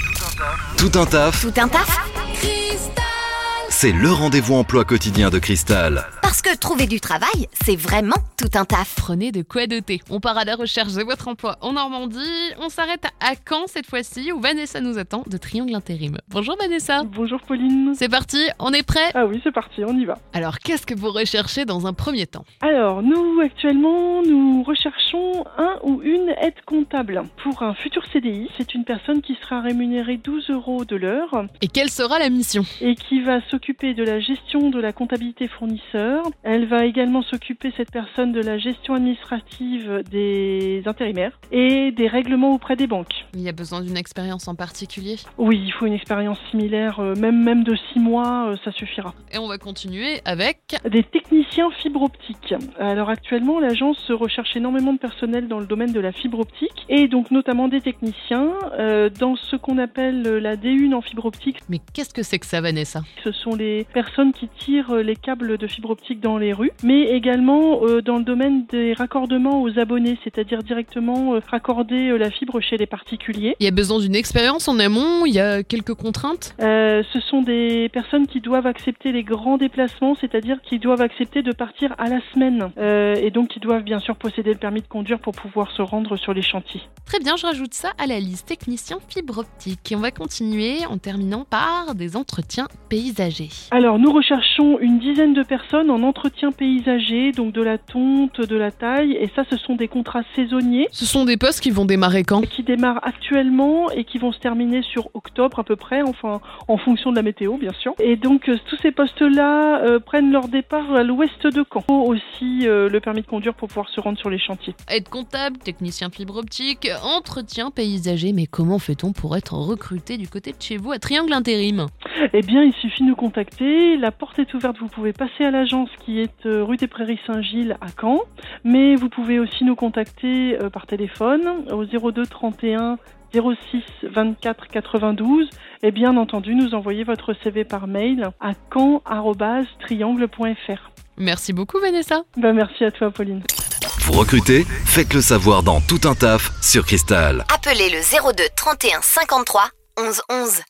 Tout un taf, Tout un taf c'est le rendez-vous emploi quotidien de Cristal. Parce que trouver du travail, c'est vraiment tout un taf. Prenez de quoi doter. On part à la recherche de votre emploi en Normandie. On s'arrête à Caen cette fois-ci, où Vanessa nous attend de Triangle Intérim. Bonjour Vanessa. Bonjour Pauline. Ah. C'est parti, on est prêt Ah oui, c'est parti, on y va. Alors qu'est-ce que vous recherchez dans un premier temps Alors, nous, actuellement, nous recherchons un ou une aide comptable. Pour un futur CDI, c'est une personne qui sera rémunérée 12 euros de l'heure Et quelle sera la mission et qui va s'occuper de la gestion de la comptabilité fournisseur. Elle va également s'occuper, cette personne, de la gestion administrative des intérimaires et des règlements auprès des banques. Il y a besoin d'une expérience en particulier Oui, il faut une expérience similaire, euh, même, même de 6 mois, euh, ça suffira. Et on va continuer avec... des techniciens fibre optique. Alors actuellement, l'agence recherche énormément de personnel dans le domaine de la fibre optique et donc notamment des techniciens euh, dans ce qu'on appelle la D1 en fibre optique. Mais qu'est-ce que c'est que ça Vanessa Ce sont les personnes qui tirent les câbles de fibre optique dans les rues, mais également euh, dans le domaine des raccordements aux abonnés, c'est-à-dire directement euh, raccorder euh, la fibre chez les particuliers. Il y a besoin d'une expérience en amont, il y a quelques contraintes Euh, ce sont des personnes qui doivent accepter les grands déplacements, c'est-à-dire qui doivent accepter de partir à la semaine Euh, et donc qui doivent bien sûr posséder le permis de conduire pour pouvoir se rendre sur les chantiers. Très bien, je rajoute ça à la liste technicien fibre optique. Et on va continuer en terminant par des entretiens paysagers. Alors nous recherchons une dizaine de personnes en entretien paysager, donc de la tonte, de la taille, et ça ce sont des contrats saisonniers Ce sont des postes qui vont démarrer quand qui démarrent actuellement et qui vont se terminer sur octobre à peu près, enfin en fonction de la météo bien sûr. Et donc euh, tous ces postes-là euh, prennent leur départ à l'ouest de Caen. Il faut aussi euh, le permis de conduire pour pouvoir se rendre sur les chantiers. Aide comptable, technicien fibre optique, entretien paysager. Mais comment fait-on pour être recruté du côté de chez vous à Triangle Intérim Eh bien, il suffit de nous contacter. La porte est ouverte. Vous pouvez passer à l'agence qui est euh, rue des Prairies Saint-Gilles à Caen. Mais vous pouvez aussi nous contacter euh, par téléphone au 02 31 06 24 92. Et bien entendu, nous envoyer votre CV par mail à caen.triangle.fr. Merci beaucoup Vanessa. Ben, merci à toi, Pauline. Vous recrutez Faites le savoir dans Tout un taf sur Cristal. Appelez le 02 31 53 11 11.